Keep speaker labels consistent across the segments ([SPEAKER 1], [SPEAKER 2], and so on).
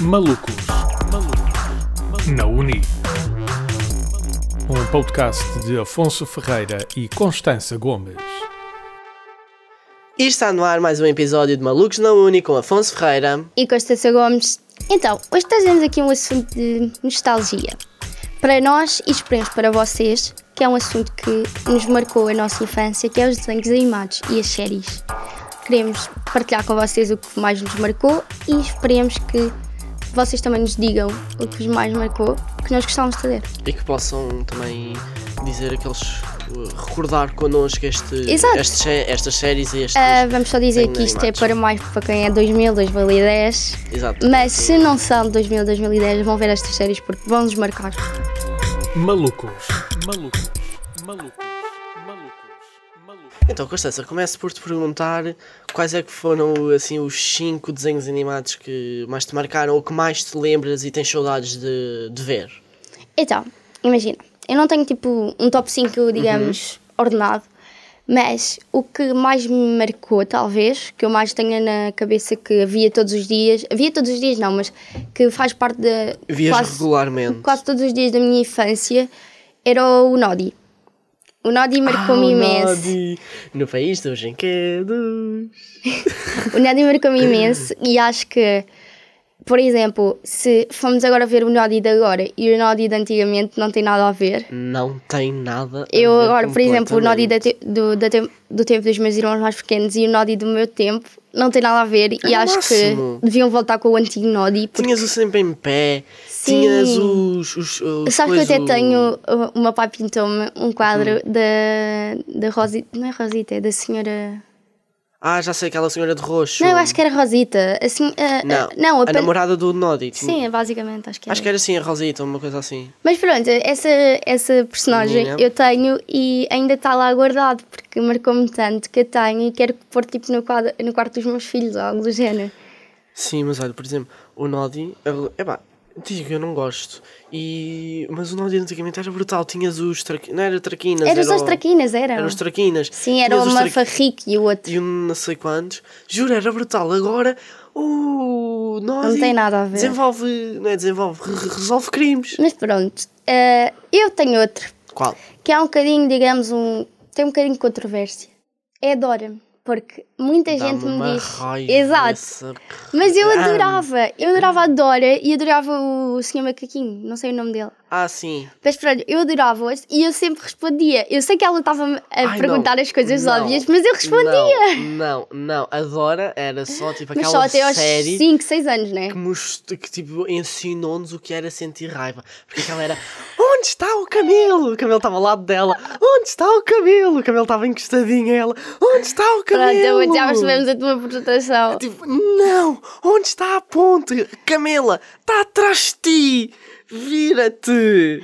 [SPEAKER 1] Malucos. Na Uni. Um podcast de Afonso Ferreira e Constança Gomes.
[SPEAKER 2] E está no ar mais um episódio de Malucos na Uni com Afonso Ferreira.
[SPEAKER 3] e Constância Gomes. Então, hoje trazemos aqui um assunto de nostalgia. Para nós e esperemos para vocês, que é um assunto que nos marcou a nossa infância, que é os desenhos animados e as séries. Queremos partilhar com vocês o que mais nos marcou e esperemos que vocês também nos digam o que vos mais marcou, que nós gostávamos de saber.
[SPEAKER 2] E que possam também dizer aqueles. uh, recordar connosco este,
[SPEAKER 3] Exato.
[SPEAKER 2] estes sé- estas séries e estes.
[SPEAKER 3] Ah, vamos só dizer
[SPEAKER 2] desenhos
[SPEAKER 3] que isto é
[SPEAKER 2] animados.
[SPEAKER 3] para mais para quem é 2000, 2010,
[SPEAKER 2] Exato.
[SPEAKER 3] mas se não são de 2000, 2010, vão ver estas séries porque vão nos marcar.
[SPEAKER 1] Malucos. Malucos. Malucos. Malucos. Malucos.
[SPEAKER 2] Então, Constança, começo por te perguntar quais é que foram assim, os cinco desenhos animados que mais te marcaram ou que mais te lembras e tens saudades de, de ver.
[SPEAKER 3] Então, imagina, eu não tenho tipo um top 5, digamos, ordenado, mas o que mais me marcou, talvez, que eu mais tenha na cabeça que havia todos os dias, havia todos os dias não, mas que faz parte da.
[SPEAKER 2] Vias regularmente.
[SPEAKER 3] Quase todos os dias da minha infância, era o Nodi. O Nodi marcou-me imenso.
[SPEAKER 2] Nodi, No país dos brinquedos.
[SPEAKER 3] O Nodi marcou-me imenso e acho que, por exemplo, se formos agora ver o Nodi de agora e o Nodi de antigamente, não tem nada a ver.
[SPEAKER 2] Não tem nada. a
[SPEAKER 3] Eu
[SPEAKER 2] ver
[SPEAKER 3] agora, por exemplo, o Nodi da
[SPEAKER 2] completamente.
[SPEAKER 3] te- do, da tem- do tempo dos meus irmãos mais pequenos e o Nodi do meu tempo não tem nada a ver e
[SPEAKER 2] É o
[SPEAKER 3] acho
[SPEAKER 2] máximo.
[SPEAKER 3] que deviam voltar com o antigo Nodi. Porque,
[SPEAKER 2] Tinhas o sempre em pé,
[SPEAKER 3] Sim.
[SPEAKER 2] tinhas os. os, os
[SPEAKER 3] sabes que eu até
[SPEAKER 2] coisa-
[SPEAKER 3] tenho, uh, o meu pai pintou-me um quadro
[SPEAKER 2] Uhum.
[SPEAKER 3] da, da Rosita, não é Rosita, é da senhora...
[SPEAKER 2] Ah, já sei aquela senhora de roxo.
[SPEAKER 3] Não, eu acho que era Rosita, assim, uh,
[SPEAKER 2] Não,
[SPEAKER 3] uh, não, a,
[SPEAKER 2] a,
[SPEAKER 3] pan-
[SPEAKER 2] namorada do Nodi. tinha-
[SPEAKER 3] Sim, basicamente, acho que era.
[SPEAKER 2] Acho que era assim, a Rosita, uma coisa assim.
[SPEAKER 3] Mas pronto, essa, essa personagem
[SPEAKER 2] Menina.
[SPEAKER 3] eu tenho e ainda está lá guardado porque marcou-me tanto que eu tenho e quero pôr tipo no, quadro, no quarto dos meus filhos ou algo do género.
[SPEAKER 2] Sim, mas olha, por exemplo, o Nodi. É pá, digo que eu não gosto. E... Mas o Nodi antigamente era brutal. Tinhas os. Traqui... Não era traquinas.
[SPEAKER 3] Eram
[SPEAKER 2] era
[SPEAKER 3] só os
[SPEAKER 2] o-
[SPEAKER 3] traquinas, eram?
[SPEAKER 2] Eram os traquinas.
[SPEAKER 3] Sim, era
[SPEAKER 2] Tinhas
[SPEAKER 3] o
[SPEAKER 2] os traqui-
[SPEAKER 3] Mafarrique e o outro.
[SPEAKER 2] E um não sei quantos. Juro, era brutal. Agora. O Nodi.
[SPEAKER 3] Não tem nada a ver.
[SPEAKER 2] Desenvolve. Não é? Desenvolve. re- re- Resolve crimes.
[SPEAKER 3] Mas pronto, eh, eu tenho outro,
[SPEAKER 2] Qual?
[SPEAKER 3] que é um bocadinho, digamos, um tem um bocadinho de controvérsia. É a Dora, porque muita gente
[SPEAKER 2] Dá-me
[SPEAKER 3] me
[SPEAKER 2] uma
[SPEAKER 3] diz...
[SPEAKER 2] raiva
[SPEAKER 3] Exato.
[SPEAKER 2] essa-
[SPEAKER 3] Mas eu
[SPEAKER 2] Ah.
[SPEAKER 3] adorava, eu adorava a Dora e adorava o Senhor Macaquinho, não sei o nome dele.
[SPEAKER 2] Ah, sim.
[SPEAKER 3] Mas pronto, eu adorava-as e eu sempre respondia. Eu sei que ela estava a
[SPEAKER 2] Ai,
[SPEAKER 3] perguntar
[SPEAKER 2] não,
[SPEAKER 3] as coisas
[SPEAKER 2] não,
[SPEAKER 3] óbvias, mas eu respondia.
[SPEAKER 2] Não, não, não. A Dora era só tipo
[SPEAKER 3] Mas
[SPEAKER 2] aquela
[SPEAKER 3] só até aos
[SPEAKER 2] série
[SPEAKER 3] 5, 6 anos, né?
[SPEAKER 2] que, most... que tipo, ensinou-nos o que era sentir raiva. Porque aquela era Onde está o Camilo? O Camilo estava ao lado dela. Onde está o Camilo? O Camilo estava encostadinho a ela. Onde está o
[SPEAKER 3] Pronto,
[SPEAKER 2] Camilo?
[SPEAKER 3] eu já percebemos a tua apresentação.
[SPEAKER 2] Tipo, não! Onde está a ponte? Camila, está atrás de ti! Vira-te!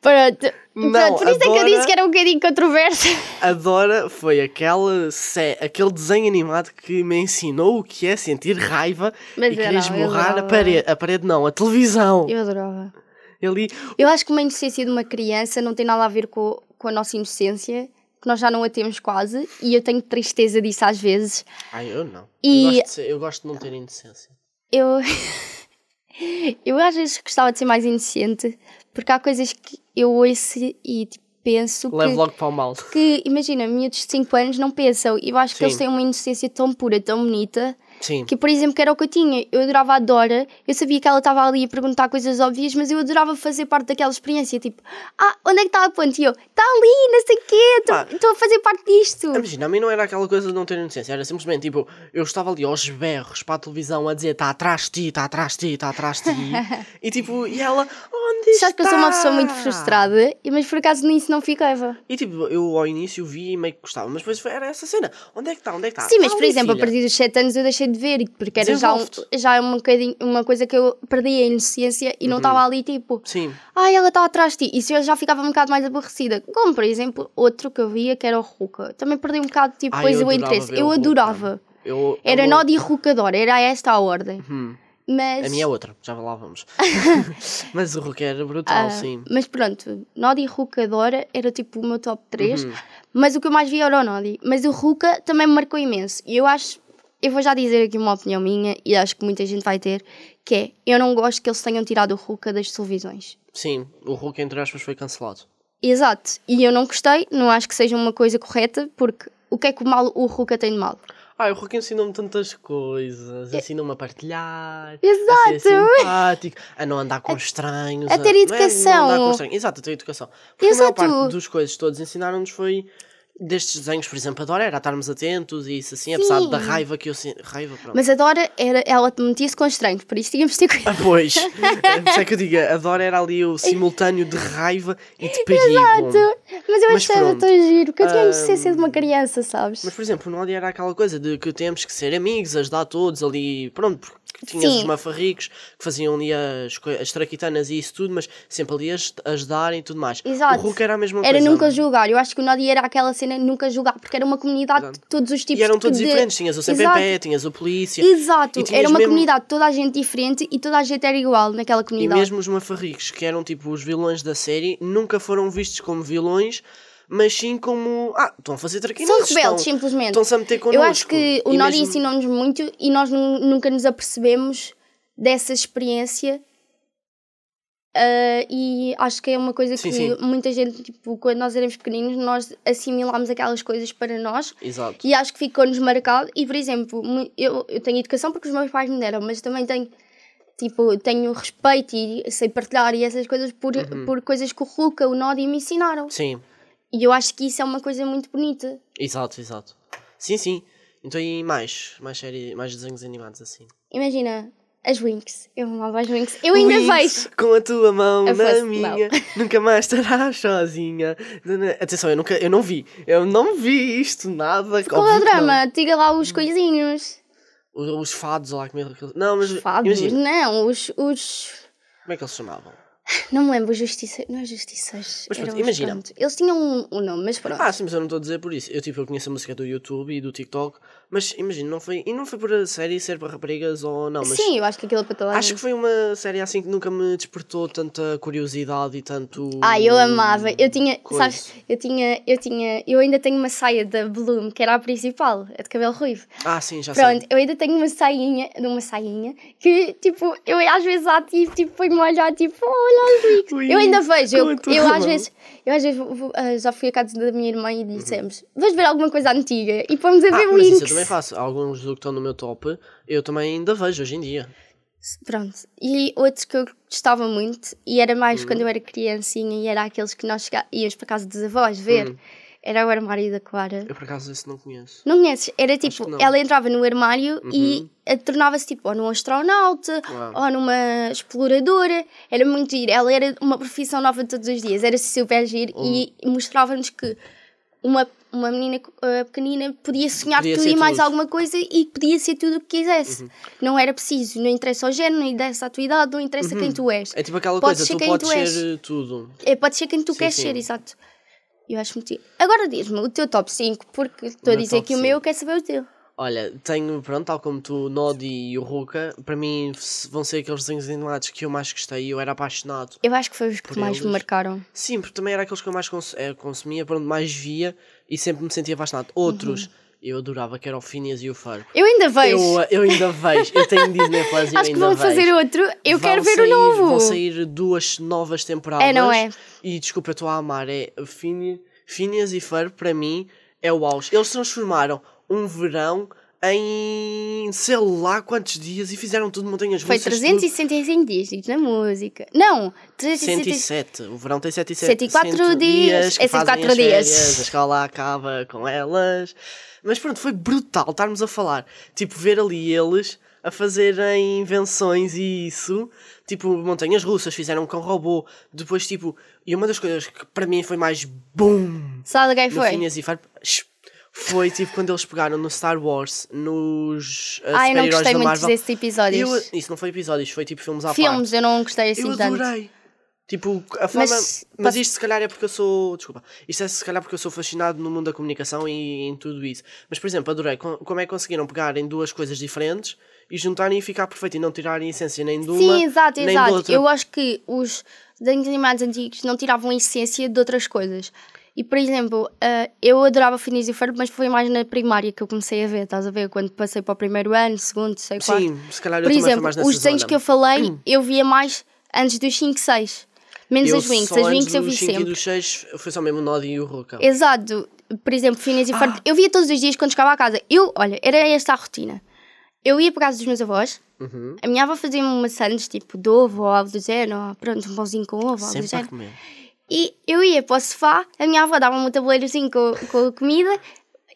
[SPEAKER 3] Pronto.
[SPEAKER 2] Não,
[SPEAKER 3] Pronto, por isso é que eu
[SPEAKER 2] agora-
[SPEAKER 3] disse que era um bocadinho controverso.
[SPEAKER 2] A Dora foi aquela sé- aquele desenho animado que me ensinou o que é sentir raiva e
[SPEAKER 3] Mas eu
[SPEAKER 2] querer
[SPEAKER 3] não, eu
[SPEAKER 2] esmurrar a
[SPEAKER 3] adorava.
[SPEAKER 2] parede. A parede não, a televisão.
[SPEAKER 3] Eu adorava.
[SPEAKER 2] Ali,
[SPEAKER 3] Eu acho que uma inocência de uma criança não tem nada a ver com, com a nossa inocência, que nós já não a temos quase, e eu tenho tristeza disso às vezes.
[SPEAKER 2] ai, eu não. Eu,
[SPEAKER 3] E-
[SPEAKER 2] gosto de ser- eu gosto de não ter indecência.
[SPEAKER 3] Eu. eu às vezes gostava de ser mais inocente, porque há coisas que eu ouço e tipo, penso
[SPEAKER 2] Levo
[SPEAKER 3] que,
[SPEAKER 2] logo para o mal.
[SPEAKER 3] que, imagina, miúdos de 5 anos não pensam. E eu acho que
[SPEAKER 2] Sim.
[SPEAKER 3] eles têm uma inocência tão pura, tão bonita,
[SPEAKER 2] Sim.
[SPEAKER 3] que por exemplo, que era o que eu tinha. Eu adorava a Dora, eu sabia que ela estava ali a perguntar coisas óbvias, mas eu adorava fazer parte daquela experiência. Tipo, ah, onde é que está a ponte? E eu, está ali, não sei o
[SPEAKER 2] Pá.
[SPEAKER 3] quê, estou a fazer parte disto.
[SPEAKER 2] Imagina, a mim não era aquela coisa de não ter inocência, era simplesmente tipo, eu estava ali aos berros para a televisão a dizer está atrás de ti, está atrás de ti, está atrás de ti. e tipo, e ela, onde está?
[SPEAKER 3] Sabes que eu sou uma pessoa muito frustrada, e- mas por acaso nisso não ficava.
[SPEAKER 2] E tipo, eu ao início vi e meio que gostava, mas depois foi, era essa cena. Onde é que está? Onde é que está?
[SPEAKER 3] Sim, mas
[SPEAKER 2] Tá
[SPEAKER 3] por
[SPEAKER 2] ali,
[SPEAKER 3] exemplo, a
[SPEAKER 2] filha.
[SPEAKER 3] partir dos 7 anos eu deixei de ver, porque era já, um,
[SPEAKER 2] Desenvolve-te.
[SPEAKER 3] já um bocadinho, uma coisa que eu perdi a inocência e
[SPEAKER 2] Uhum.
[SPEAKER 3] não estava ali tipo,
[SPEAKER 2] Sim.
[SPEAKER 3] ai, ela está atrás de ti. Isso eu já ficava um bocado mais aborrecida. Como, por exemplo, outro que eu via que era o Ruka. Também perdi um bocado, tipo,
[SPEAKER 2] Ai,
[SPEAKER 3] pois
[SPEAKER 2] eu
[SPEAKER 3] o
[SPEAKER 2] adorava
[SPEAKER 3] interesse.
[SPEAKER 2] ver
[SPEAKER 3] Eu
[SPEAKER 2] o Ruka. É
[SPEAKER 3] adorava.
[SPEAKER 2] Eu,
[SPEAKER 3] Era
[SPEAKER 2] eu,
[SPEAKER 3] Nod e Rucadora, era esta a ordem.
[SPEAKER 2] Hum,
[SPEAKER 3] Mas.
[SPEAKER 2] a minha é outra, já lá vamos. mas o Hulk era brutal,
[SPEAKER 3] ah,
[SPEAKER 2] sim.
[SPEAKER 3] Mas pronto, Nod e Rucadora era tipo o meu
[SPEAKER 2] Uhum.
[SPEAKER 3] top 3. Mas o que eu mais via era o Nodi. Mas o Ruka também me marcou imenso. E eu acho eu vou já dizer aqui uma opinião minha e acho que muita gente vai ter, que é eu não gosto que eles tenham tirado o Ruka das televisões.
[SPEAKER 2] Sim, o Hulk, entre aspas, foi cancelado.
[SPEAKER 3] Exato. E eu não gostei, não acho que seja uma coisa correta, porque o que é que o mal o Ruka tem de mal?
[SPEAKER 2] Ah, o Hulk ensinou-me tantas coisas.
[SPEAKER 3] É.
[SPEAKER 2] Ensinou-me a partilhar. A ser
[SPEAKER 3] Exato.
[SPEAKER 2] simpático. A não andar com estranhos.
[SPEAKER 3] a ter
[SPEAKER 2] não é
[SPEAKER 3] educação.
[SPEAKER 2] Não andar com estranhos. Exato, a ter educação. Porque a
[SPEAKER 3] Exato.
[SPEAKER 2] maior parte dos coisas que todos ensinaram-nos foi... Destes desenhos, por exemplo, adoro era estarmos atentos e isso assim, apesar
[SPEAKER 3] Sim.
[SPEAKER 2] da raiva que eu sinto. Raiva, pronto.
[SPEAKER 3] Mas a Dora, era, ela metia-se com estranhos, por isso tínhamos de ter cuidado.
[SPEAKER 2] Ah, Pois, é por isso é que eu digo, a Dora era ali o simultâneo de raiva e de perigo.
[SPEAKER 3] Mas eu
[SPEAKER 2] Mas
[SPEAKER 3] achava
[SPEAKER 2] pronto.
[SPEAKER 3] tão giro, porque eu tinha a
[SPEAKER 2] Ahm,
[SPEAKER 3] essência de uma criança, sabes?
[SPEAKER 2] Mas, por exemplo, não era aquela coisa de que temos que ser amigos, ajudar todos ali, pronto, porque tinhas
[SPEAKER 3] Sim.
[SPEAKER 2] os mafarricos que faziam ali as, coi- as traquitanas e isso tudo, mas sempre ali a aj- ajudar e tudo mais.
[SPEAKER 3] Exato.
[SPEAKER 2] O Hulk era a mesma
[SPEAKER 3] Era
[SPEAKER 2] coisa.
[SPEAKER 3] nunca julgar. Eu acho que o Nodi era aquela cena de nunca julgar, porque era uma comunidade de todos os tipos
[SPEAKER 2] E eram todos
[SPEAKER 3] de...
[SPEAKER 2] diferentes, tinhas o CPP,
[SPEAKER 3] Exato.
[SPEAKER 2] tinhas o polícia,
[SPEAKER 3] Exato,
[SPEAKER 2] E tinhas
[SPEAKER 3] era uma
[SPEAKER 2] mesmo-
[SPEAKER 3] comunidade de toda a gente diferente e toda a gente era igual naquela
[SPEAKER 2] E
[SPEAKER 3] comunidade.
[SPEAKER 2] mesmo os mafarricos, que eram tipo os vilões da série, nunca foram vistos como vilões, mas sim como. Ah, estão a fazer traquinas.
[SPEAKER 3] São rebeldes,
[SPEAKER 2] estão-
[SPEAKER 3] simplesmente.
[SPEAKER 2] Estão-se a meter
[SPEAKER 3] Eu
[SPEAKER 2] connosco.
[SPEAKER 3] acho que o
[SPEAKER 2] E
[SPEAKER 3] Nodi
[SPEAKER 2] mesmo-
[SPEAKER 3] ensinou-nos muito e nós nu- nunca nos apercebemos dessa experiência. Ah, e acho que é uma coisa
[SPEAKER 2] Sim,
[SPEAKER 3] que
[SPEAKER 2] sim.
[SPEAKER 3] muita gente, tipo, quando nós éramos pequeninos, nós assimilámos aquelas coisas para nós
[SPEAKER 2] Exato.
[SPEAKER 3] e acho que ficou-nos marcado. E, por exemplo, mu- eu, eu tenho educação porque os meus pais me deram, mas também tenho, tipo, tenho respeito e sei partilhar e essas coisas por,
[SPEAKER 2] Uhum.
[SPEAKER 3] por coisas que o Ruka, o Nodi me ensinaram.
[SPEAKER 2] Sim.
[SPEAKER 3] E eu acho que isso é uma coisa muito bonita.
[SPEAKER 2] Exato, exato. Sim, sim. Então e mais? Mais série, mais desenhos animados assim.
[SPEAKER 3] Imagina, as Winx. Eu amava as Winx. Eu ainda
[SPEAKER 2] Luís,
[SPEAKER 3] vejo.
[SPEAKER 2] Com a tua mão
[SPEAKER 3] Eu
[SPEAKER 2] na
[SPEAKER 3] fosse-
[SPEAKER 2] minha, nunca mais estarás sozinha. Atenção, eu nunca, eu não vi. Eu não vi isto, nada.
[SPEAKER 3] Qual é o
[SPEAKER 2] óbvio que não.
[SPEAKER 3] drama? Tira lá os coisinhos.
[SPEAKER 2] Os, os fados lá, como é que eles... Não, mas
[SPEAKER 3] Os fados.
[SPEAKER 2] imagina,
[SPEAKER 3] Não, os, os.
[SPEAKER 2] como é que eles se chamavam?
[SPEAKER 3] Não me lembro, os justiceiros. Não é justiceiros.
[SPEAKER 2] Mas pronto,
[SPEAKER 3] eram os-
[SPEAKER 2] imagina.
[SPEAKER 3] pronto. Eles tinham um, um nome, mas pronto.
[SPEAKER 2] Ah, sim, mas eu não estou a dizer por isso. Eu, tipo, eu conheço a música do YouTube e do TikTok, mas imagina, não foi... E não foi por a série ser para raparigas ou não, mas...
[SPEAKER 3] Sim, eu acho que aquilo é para toda a
[SPEAKER 2] Acho
[SPEAKER 3] gente.
[SPEAKER 2] que foi uma série assim que nunca me despertou tanta curiosidade e tanto.
[SPEAKER 3] Ah, eu amava. Eu tinha,
[SPEAKER 2] coisa.
[SPEAKER 3] sabes, eu tinha, eu tinha, eu ainda tenho uma saia da Bloom, que era a principal, a de cabelo ruivo.
[SPEAKER 2] Ah, sim, já
[SPEAKER 3] Pronto,
[SPEAKER 2] sei.
[SPEAKER 3] eu ainda tenho uma sainha, de uma sainha, que tipo, eu às vezes ativo, tipo, ponho-me a olhar, tipo, "Oh, olha as Vicks.
[SPEAKER 2] Ui,
[SPEAKER 3] Eu ainda vejo, eu,
[SPEAKER 2] como é tudo
[SPEAKER 3] eu às
[SPEAKER 2] mal.
[SPEAKER 3] vezes, eu às vezes vou- vou- ah, já fui à casa da minha irmã e dissemos, vais ver alguma coisa antiga e pomos a
[SPEAKER 2] Ah,
[SPEAKER 3] ver
[SPEAKER 2] mas isso eu
[SPEAKER 3] Winx.
[SPEAKER 2] também faço. Alguns do que estão no meu top, eu também ainda vejo hoje em dia.
[SPEAKER 3] Pronto, e outros que eu gostava muito, e era mais
[SPEAKER 2] Uhum.
[SPEAKER 3] quando eu era criancinha, e era aqueles que nós chega- íamos para casa dos avós ver, era o armário da Clara.
[SPEAKER 2] Hum. Eu por acaso esse não conheço.
[SPEAKER 3] Não conheces? Era
[SPEAKER 2] que
[SPEAKER 3] tipo,
[SPEAKER 2] não. Uhum.
[SPEAKER 3] ela entrava no armário e eh, tornava-se tipo ou num astronauta
[SPEAKER 2] Uau.
[SPEAKER 3] ou numa exploradora. Era muito giro. Ela era uma profissão nova todos os dias. Era super giro e
[SPEAKER 2] Hum.
[SPEAKER 3] mostrava-nos que uma, uma menina eh, pequenina podia sonhar
[SPEAKER 2] Podia
[SPEAKER 3] tudo
[SPEAKER 2] ser
[SPEAKER 3] e mais
[SPEAKER 2] tudo. Uhum.
[SPEAKER 3] alguma coisa e podia ser tudo o que quisesse. Não era preciso, não interessa o género, não interessa a tua idade, não interessa quem tu és.
[SPEAKER 2] É tipo aquela
[SPEAKER 3] Podes
[SPEAKER 2] coisa,
[SPEAKER 3] ser
[SPEAKER 2] tu
[SPEAKER 3] quem
[SPEAKER 2] podes
[SPEAKER 3] tu és.
[SPEAKER 2] ser eh, tudo.
[SPEAKER 3] É, pode ser quem tu
[SPEAKER 2] Sim,
[SPEAKER 3] queres
[SPEAKER 2] sim.
[SPEAKER 3] ser, exato. Eu acho muito. Agora diz-me o teu top 5, porque estou a
[SPEAKER 2] meu
[SPEAKER 3] dizer
[SPEAKER 2] top
[SPEAKER 3] que o
[SPEAKER 2] cinco.
[SPEAKER 3] meu, eu quero saber o teu.
[SPEAKER 2] Olha, tenho, pronto, tal como tu, o Nodi e o Ruka, para mim se- vão ser aqueles desenhos animados que eu mais gostei e eu era apaixonado.
[SPEAKER 3] Eu acho que foi os que
[SPEAKER 2] Por
[SPEAKER 3] mais me
[SPEAKER 2] eles.
[SPEAKER 3] marcaram.
[SPEAKER 2] Sim, porque também era aqueles que eu mais cons- eh, consumia, para onde mais via e sempre me sentia apaixonado. Outros, eu adorava, que era o Phineas e o Ferb.
[SPEAKER 3] Eu ainda Uhum. vejo.
[SPEAKER 2] Eu, eh, eu ainda vejo, eu tenho Disney Plus e eu
[SPEAKER 3] acho que
[SPEAKER 2] ainda
[SPEAKER 3] vão
[SPEAKER 2] vejo.
[SPEAKER 3] fazer outro. Eu
[SPEAKER 2] Vão
[SPEAKER 3] quero ver
[SPEAKER 2] sair-
[SPEAKER 3] o novo.
[SPEAKER 2] Vão sair duas novas temporadas.
[SPEAKER 3] É, não é?
[SPEAKER 2] E desculpa, eu estou a amar. É Phineas, Phineas e Ferb, para mim, é o auge. Eles transformaram um verão em sei lá quantos dias e fizeram tudo montanhas
[SPEAKER 3] Foi
[SPEAKER 2] russas. tudo.
[SPEAKER 3] 365 dígitos na música. Não, 365.
[SPEAKER 2] 107, o verão tem 107,
[SPEAKER 3] 104
[SPEAKER 2] 100
[SPEAKER 3] dias,
[SPEAKER 2] que
[SPEAKER 3] é
[SPEAKER 2] fazem
[SPEAKER 3] 104
[SPEAKER 2] as
[SPEAKER 3] dias.
[SPEAKER 2] férias, a escola acaba com elas. Mas pronto, foi brutal estarmos a falar. Tipo, ver ali eles a fazerem invenções e isso. Tipo, montanhas russas fizeram com robô. Depois, tipo, e uma das coisas que para mim foi mais boom
[SPEAKER 3] Sabe quem
[SPEAKER 2] no
[SPEAKER 3] foi?
[SPEAKER 2] Phineas e Ferb foi tipo quando eles pegaram no Star Wars, nos ah,
[SPEAKER 3] Ai, eu não
[SPEAKER 2] super-heróis
[SPEAKER 3] gostei
[SPEAKER 2] da
[SPEAKER 3] muito
[SPEAKER 2] Marvel.
[SPEAKER 3] desses episódios.
[SPEAKER 2] Eu- isso não foi episódios, foi tipo filmes à parte.
[SPEAKER 3] Filmes, eu não gostei assim
[SPEAKER 2] Eu
[SPEAKER 3] tanto.
[SPEAKER 2] adorei. Tipo, a forma.
[SPEAKER 3] Mas-
[SPEAKER 2] Mas, isto se calhar é porque eu sou. Desculpa. Isto é se calhar porque eu sou fascinado no mundo da comunicação e em tudo isso. Mas, por exemplo, adorei co- como é que conseguiram pegar em duas coisas diferentes e juntarem e ficar perfeito e não tirarem a essência nem de uma.
[SPEAKER 3] Sim, exato,
[SPEAKER 2] nem da
[SPEAKER 3] exato.
[SPEAKER 2] outra.
[SPEAKER 3] Eu acho que os desenhos animados antigos não tiravam a essência de outras coisas. E, por exemplo, ah, eu adorava Phineas e Ferb, mas foi mais na primária que eu comecei a ver, estás a ver? Quando passei para o primeiro ano, segundo, sei qual.
[SPEAKER 2] Sim, se calhar eu
[SPEAKER 3] Por
[SPEAKER 2] também fui
[SPEAKER 3] exemplo,
[SPEAKER 2] mais nessa
[SPEAKER 3] os desenhos
[SPEAKER 2] zona.
[SPEAKER 3] que eu falei, eu via mais antes dos 5, 6. Menos
[SPEAKER 2] eu
[SPEAKER 3] as Winx.
[SPEAKER 2] só
[SPEAKER 3] As
[SPEAKER 2] antes
[SPEAKER 3] Winx eu
[SPEAKER 2] dos
[SPEAKER 3] vi
[SPEAKER 2] cinco
[SPEAKER 3] sempre.
[SPEAKER 2] E dos 6 foi só mesmo um o Nod e o Ruka.
[SPEAKER 3] Exato. Por exemplo, Phineas e
[SPEAKER 2] Ah.
[SPEAKER 3] Ferb. Eu via todos os dias quando chegava à casa. Eu, olha, era esta a rotina. Eu ia para casa dos meus avós.
[SPEAKER 2] Uhum.
[SPEAKER 3] A minha avó fazia-me uma sandes tipo de ovo ou algo do género. ou, Pronto, um pãozinho com ovo ou algo do
[SPEAKER 2] Sempre a
[SPEAKER 3] género.
[SPEAKER 2] comer.
[SPEAKER 3] E eu ia para o sofá. A minha avó dava-me um tabuleirozinho com, com a comida.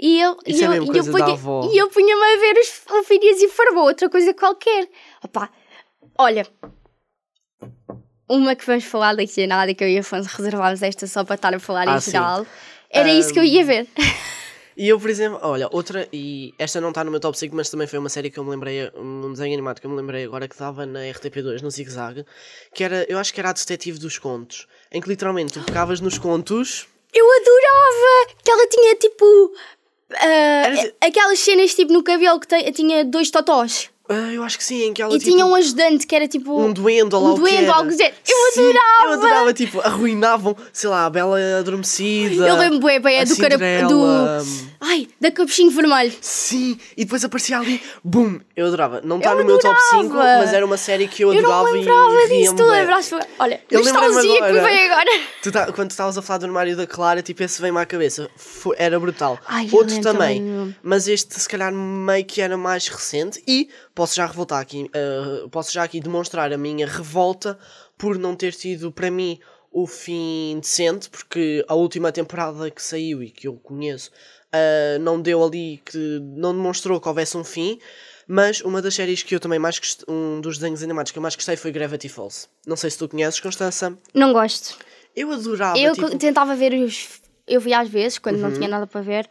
[SPEAKER 3] E eu,
[SPEAKER 2] Isso
[SPEAKER 3] e
[SPEAKER 2] é
[SPEAKER 3] eu,
[SPEAKER 2] mesmo
[SPEAKER 3] e eu
[SPEAKER 2] coisa da
[SPEAKER 3] punha-
[SPEAKER 2] avó.
[SPEAKER 3] e eu punha-me a ver os, o Phineas e Ferb ou outra coisa qualquer. Opa, olha... Uma que vamos falar daqui a nada, que eu e o Afonso reservámos esta só para estar a falar
[SPEAKER 2] Ah,
[SPEAKER 3] em
[SPEAKER 2] sim.
[SPEAKER 3] geral. Era isso que eu ia ver.
[SPEAKER 2] E eu, por exemplo, olha, outra, e esta não está no meu top 5, mas também foi uma série que eu me lembrei, um desenho animado que eu me lembrei agora que dava na RTP2, no Zig Zag, que era, eu acho que era a Detetive dos Contos, em que literalmente tu pegavas nos contos.
[SPEAKER 3] Eu adorava! Que ela tinha tipo. ah,
[SPEAKER 2] Era-
[SPEAKER 3] Aquelas cenas tipo no cabelo que te- tinha dois totós
[SPEAKER 2] ah, eu acho que sim, em que ela
[SPEAKER 3] e
[SPEAKER 2] tipo,
[SPEAKER 3] tinha um ajudante que era tipo.
[SPEAKER 2] um duende ou lá
[SPEAKER 3] um
[SPEAKER 2] o que
[SPEAKER 3] duende,
[SPEAKER 2] era.
[SPEAKER 3] algo assim. Eu
[SPEAKER 2] Sim,
[SPEAKER 3] adorava!
[SPEAKER 2] Eu adorava, tipo, arruinavam, sei lá, a Bela Adormecida.
[SPEAKER 3] Eu lembro bem, bem, é
[SPEAKER 2] a
[SPEAKER 3] do cara do.
[SPEAKER 2] Cinderela.
[SPEAKER 3] Ai, da capuchinho vermelho.
[SPEAKER 2] Sim, e depois aparecia ali, bum! Eu adorava. Não está
[SPEAKER 3] Eu
[SPEAKER 2] no meu top 5,
[SPEAKER 3] adorava.
[SPEAKER 2] mas era uma série que eu
[SPEAKER 3] Eu
[SPEAKER 2] adorava
[SPEAKER 3] não
[SPEAKER 2] e
[SPEAKER 3] lembrava disso,
[SPEAKER 2] ria-me
[SPEAKER 3] tu
[SPEAKER 2] bué.
[SPEAKER 3] lembraste? Olha,
[SPEAKER 2] Eu lembrei-me
[SPEAKER 3] nostalgia que me
[SPEAKER 2] agora.
[SPEAKER 3] veio agora.
[SPEAKER 2] Tu tá- quando tu estavas a falar do armário da Clara, tipo, esse veio-me à cabeça. Fo- era brutal.
[SPEAKER 3] Ai, eu
[SPEAKER 2] Outro
[SPEAKER 3] lembro
[SPEAKER 2] também.
[SPEAKER 3] também.
[SPEAKER 2] Mas este, se calhar, meio que era mais recente. E posso já revoltar aqui. eh, posso já aqui demonstrar a minha revolta por não ter tido, para mim, o fim decente. Porque a última temporada que saiu e que eu conheço eh, não deu ali, que não demonstrou que houvesse um fim. Mas uma das séries que eu também mais gostei, um dos desenhos animados que eu mais gostei foi Gravity Falls. Não sei se tu conheces, Constança.
[SPEAKER 3] Não gosto.
[SPEAKER 2] Eu adorava.
[SPEAKER 3] eu
[SPEAKER 2] tipo, Uhum.
[SPEAKER 3] tentava ver os. Eu via às vezes, quando não tinha nada para ver.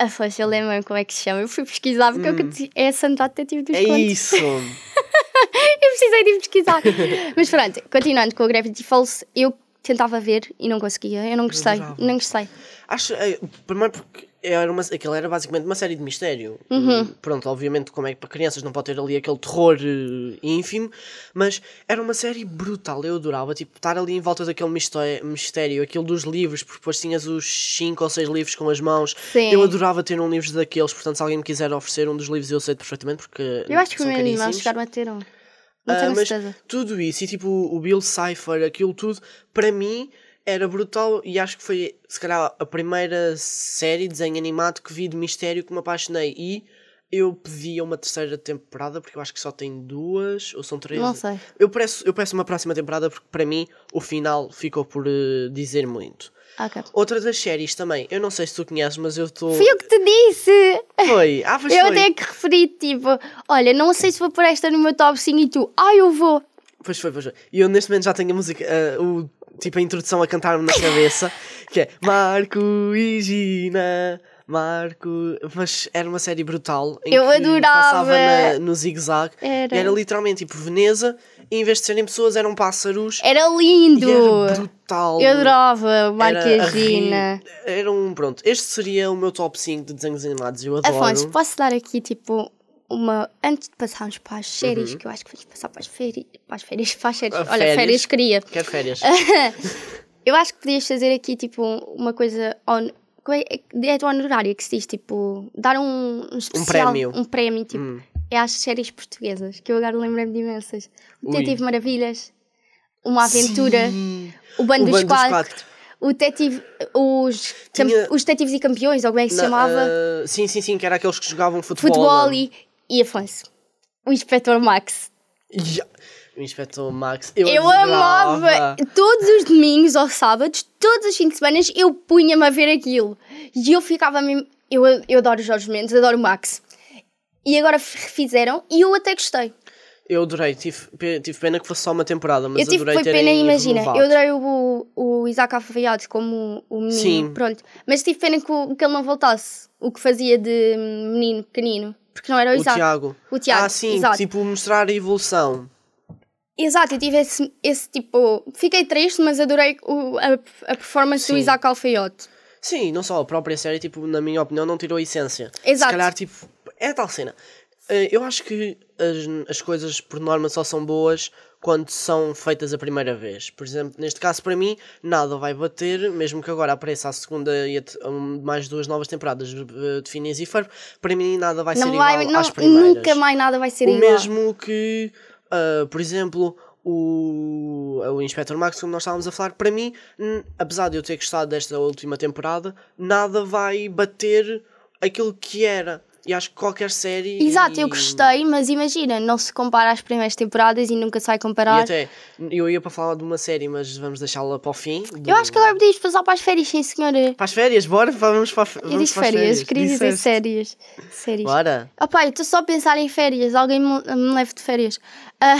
[SPEAKER 3] A Foice, eu lembro-me como é que se chama. Eu fui pesquisar porque eu conheci- é a Sandra Detetive dos
[SPEAKER 2] Hum. É
[SPEAKER 3] Contos.
[SPEAKER 2] isso.
[SPEAKER 3] Eu precisei de ir pesquisar. Mas pronto, continuando com o Gravity Falls, eu tentava ver e não conseguia. Eu não gostei.
[SPEAKER 2] adorava.
[SPEAKER 3] Não gostei.
[SPEAKER 2] Acho, eh, primeiro porque era uma, aquilo era basicamente uma série de mistério.
[SPEAKER 3] Uhum.
[SPEAKER 2] Hum, Pronto, obviamente, como é que para crianças não pode ter ali aquele terror eh, ínfimo, mas era uma série brutal. Eu adorava, tipo, estar ali em volta daquele mistério, mistério aquilo dos livros, porque depois tinhas os 5 ou 6 livros com as mãos.
[SPEAKER 3] Sim.
[SPEAKER 2] Eu adorava ter um livro daqueles, portanto, se alguém me quiser oferecer um dos livros, eu aceito perfeitamente, porque.
[SPEAKER 3] Eu acho que os
[SPEAKER 2] são
[SPEAKER 3] meus irmãos
[SPEAKER 2] caríssimos.
[SPEAKER 3] chegaram a ter um. Não
[SPEAKER 2] Ah,
[SPEAKER 3] tenho
[SPEAKER 2] mas
[SPEAKER 3] certeza.
[SPEAKER 2] tudo isso, e tipo o Bill Cipher, aquilo tudo, para mim era brutal e acho que foi se calhar a primeira série de desenho animado que vi de mistério que me apaixonei e eu pedia uma terceira temporada porque eu acho que só tem duas ou são três.
[SPEAKER 3] Não sei.
[SPEAKER 2] Eu peço, eu peço uma próxima temporada porque para mim o final ficou por eh, dizer muito.
[SPEAKER 3] Ah, ok.
[SPEAKER 2] Outra das séries também, eu não sei se tu conheces, mas eu estou.
[SPEAKER 3] Fui eu que te disse!
[SPEAKER 2] Foi! Ah, pois
[SPEAKER 3] eu
[SPEAKER 2] foi!
[SPEAKER 3] até que referi, tipo, olha, não sei se vou pôr esta no meu top 5 e tu, ah, eu vou.
[SPEAKER 2] Pois foi, pois foi. E eu neste momento já tenho a música, ah, o, tipo a introdução a cantar-me na cabeça, que é Marco e Gina, Marco. Mas era uma série brutal. Em
[SPEAKER 3] Eu
[SPEAKER 2] que
[SPEAKER 3] adorava.
[SPEAKER 2] Passava na- no zigue-zague.
[SPEAKER 3] Era.
[SPEAKER 2] era literalmente tipo Veneza, e em vez de serem pessoas eram pássaros.
[SPEAKER 3] Era
[SPEAKER 2] E
[SPEAKER 3] É lindo!
[SPEAKER 2] era brutal.
[SPEAKER 3] Eu adorava
[SPEAKER 2] Era a
[SPEAKER 3] Marquesina.
[SPEAKER 2] rir. Era um, pronto. Este seria o meu top 5 de desenhos animados. Eu adoro.
[SPEAKER 3] Afonso, posso dar aqui tipo uma. Antes de passarmos para as séries, que eu acho que vamos passar para as férias. Para as férias, para as séries.
[SPEAKER 2] Ah,
[SPEAKER 3] Olha, férias,
[SPEAKER 2] Uhum. férias.
[SPEAKER 3] queria.
[SPEAKER 2] Quero férias.
[SPEAKER 3] Eu acho que podias fazer aqui tipo uma coisa. On... como é- É do honorário que se diz, tipo, dar um, um especial,
[SPEAKER 2] prémio.
[SPEAKER 3] um prémio, tipo,
[SPEAKER 2] Hum.
[SPEAKER 3] é às séries portuguesas, que eu agora lembrei-me de imensas. O
[SPEAKER 2] Ui.
[SPEAKER 3] Detetive Maravilhas, Uma Aventura,
[SPEAKER 2] Sim.
[SPEAKER 3] O Bando
[SPEAKER 2] O
[SPEAKER 3] dos
[SPEAKER 2] Bando dos
[SPEAKER 3] Quatro,
[SPEAKER 2] Quatro.
[SPEAKER 3] o detetive, os, cam-
[SPEAKER 2] Tinha-
[SPEAKER 3] os Detetives e Campeões, ou como é que se
[SPEAKER 2] Na-
[SPEAKER 3] chamava?
[SPEAKER 2] ah, sim, sim, sim, que era aqueles que jogavam futebol.
[SPEAKER 3] futebol e, e Afonso. O Inspector Max.
[SPEAKER 2] Ya. O inspetor Max. Eu,
[SPEAKER 3] Eu
[SPEAKER 2] adorava.
[SPEAKER 3] amava todos os domingos ou sábados, todos os fins de semana, eu punha-me a ver aquilo. E eu ficava mesmo. Eu, eu adoro Jorge Mendes, adoro o Max. E agora f- refizeram e eu até gostei.
[SPEAKER 2] Eu adorei. Tive, pe- tive pena que fosse só uma temporada, mas
[SPEAKER 3] eu tive
[SPEAKER 2] adorei
[SPEAKER 3] foi
[SPEAKER 2] terem
[SPEAKER 3] pena, imagina.
[SPEAKER 2] renovado.
[SPEAKER 3] Eu adorei o, o Isaac Afaiados como o menino,
[SPEAKER 2] Sim.
[SPEAKER 3] pronto. Mas tive pena que, o- que ele não voltasse, o que fazia de menino pequenino, porque não era o
[SPEAKER 2] O
[SPEAKER 3] Isaac.
[SPEAKER 2] Tiago.
[SPEAKER 3] O Tiago,
[SPEAKER 2] Ah, sim,
[SPEAKER 3] exato.
[SPEAKER 2] tipo mostrar a evolução.
[SPEAKER 3] Exato, eu tive esse, esse tipo. Fiquei triste, mas adorei o- a, a performance do
[SPEAKER 2] Sim.
[SPEAKER 3] Isaac Alfeiote.
[SPEAKER 2] Sim, não só a própria série, tipo, na minha opinião, não tirou a essência.
[SPEAKER 3] Exato.
[SPEAKER 2] Se calhar, tipo, é tal cena. Eh, Eu acho que as, as coisas, por norma, só são boas quando são feitas a primeira vez. Por exemplo, neste caso, para mim, nada vai bater, mesmo que agora apareça a segunda e a te- um, mais duas novas temporadas eh, de Phineas e Ferb, para mim nada vai ser
[SPEAKER 3] Não
[SPEAKER 2] igual
[SPEAKER 3] vai, não,
[SPEAKER 2] às primeiras.
[SPEAKER 3] nunca mais nada vai ser
[SPEAKER 2] o
[SPEAKER 3] igual.
[SPEAKER 2] mesmo que, ah, por exemplo, o, ah, o Inspector Max, como nós estávamos a falar, para mim, n- apesar de eu ter gostado desta última temporada, nada vai bater aquilo que era. E acho que qualquer série.
[SPEAKER 3] Exato, eu
[SPEAKER 2] e-
[SPEAKER 3] gostei, mas imagina, não se compara às primeiras temporadas e nunca se vai
[SPEAKER 2] E
[SPEAKER 3] comparar.
[SPEAKER 2] até, eu ia para falar de uma série, mas vamos deixá-la para o fim. do-
[SPEAKER 3] Eu acho que é agora podíamos passar para as férias, sim senhora.
[SPEAKER 2] Para as férias, bora? Vamos para, a fe-
[SPEAKER 3] Eu
[SPEAKER 2] vamos
[SPEAKER 3] disse
[SPEAKER 2] para as
[SPEAKER 3] férias, queria dizer
[SPEAKER 2] Disseste.
[SPEAKER 3] séries. Séries.
[SPEAKER 2] Bora.
[SPEAKER 3] Opa, eu estou só a pensar em férias, alguém me, me leve de férias. Ah,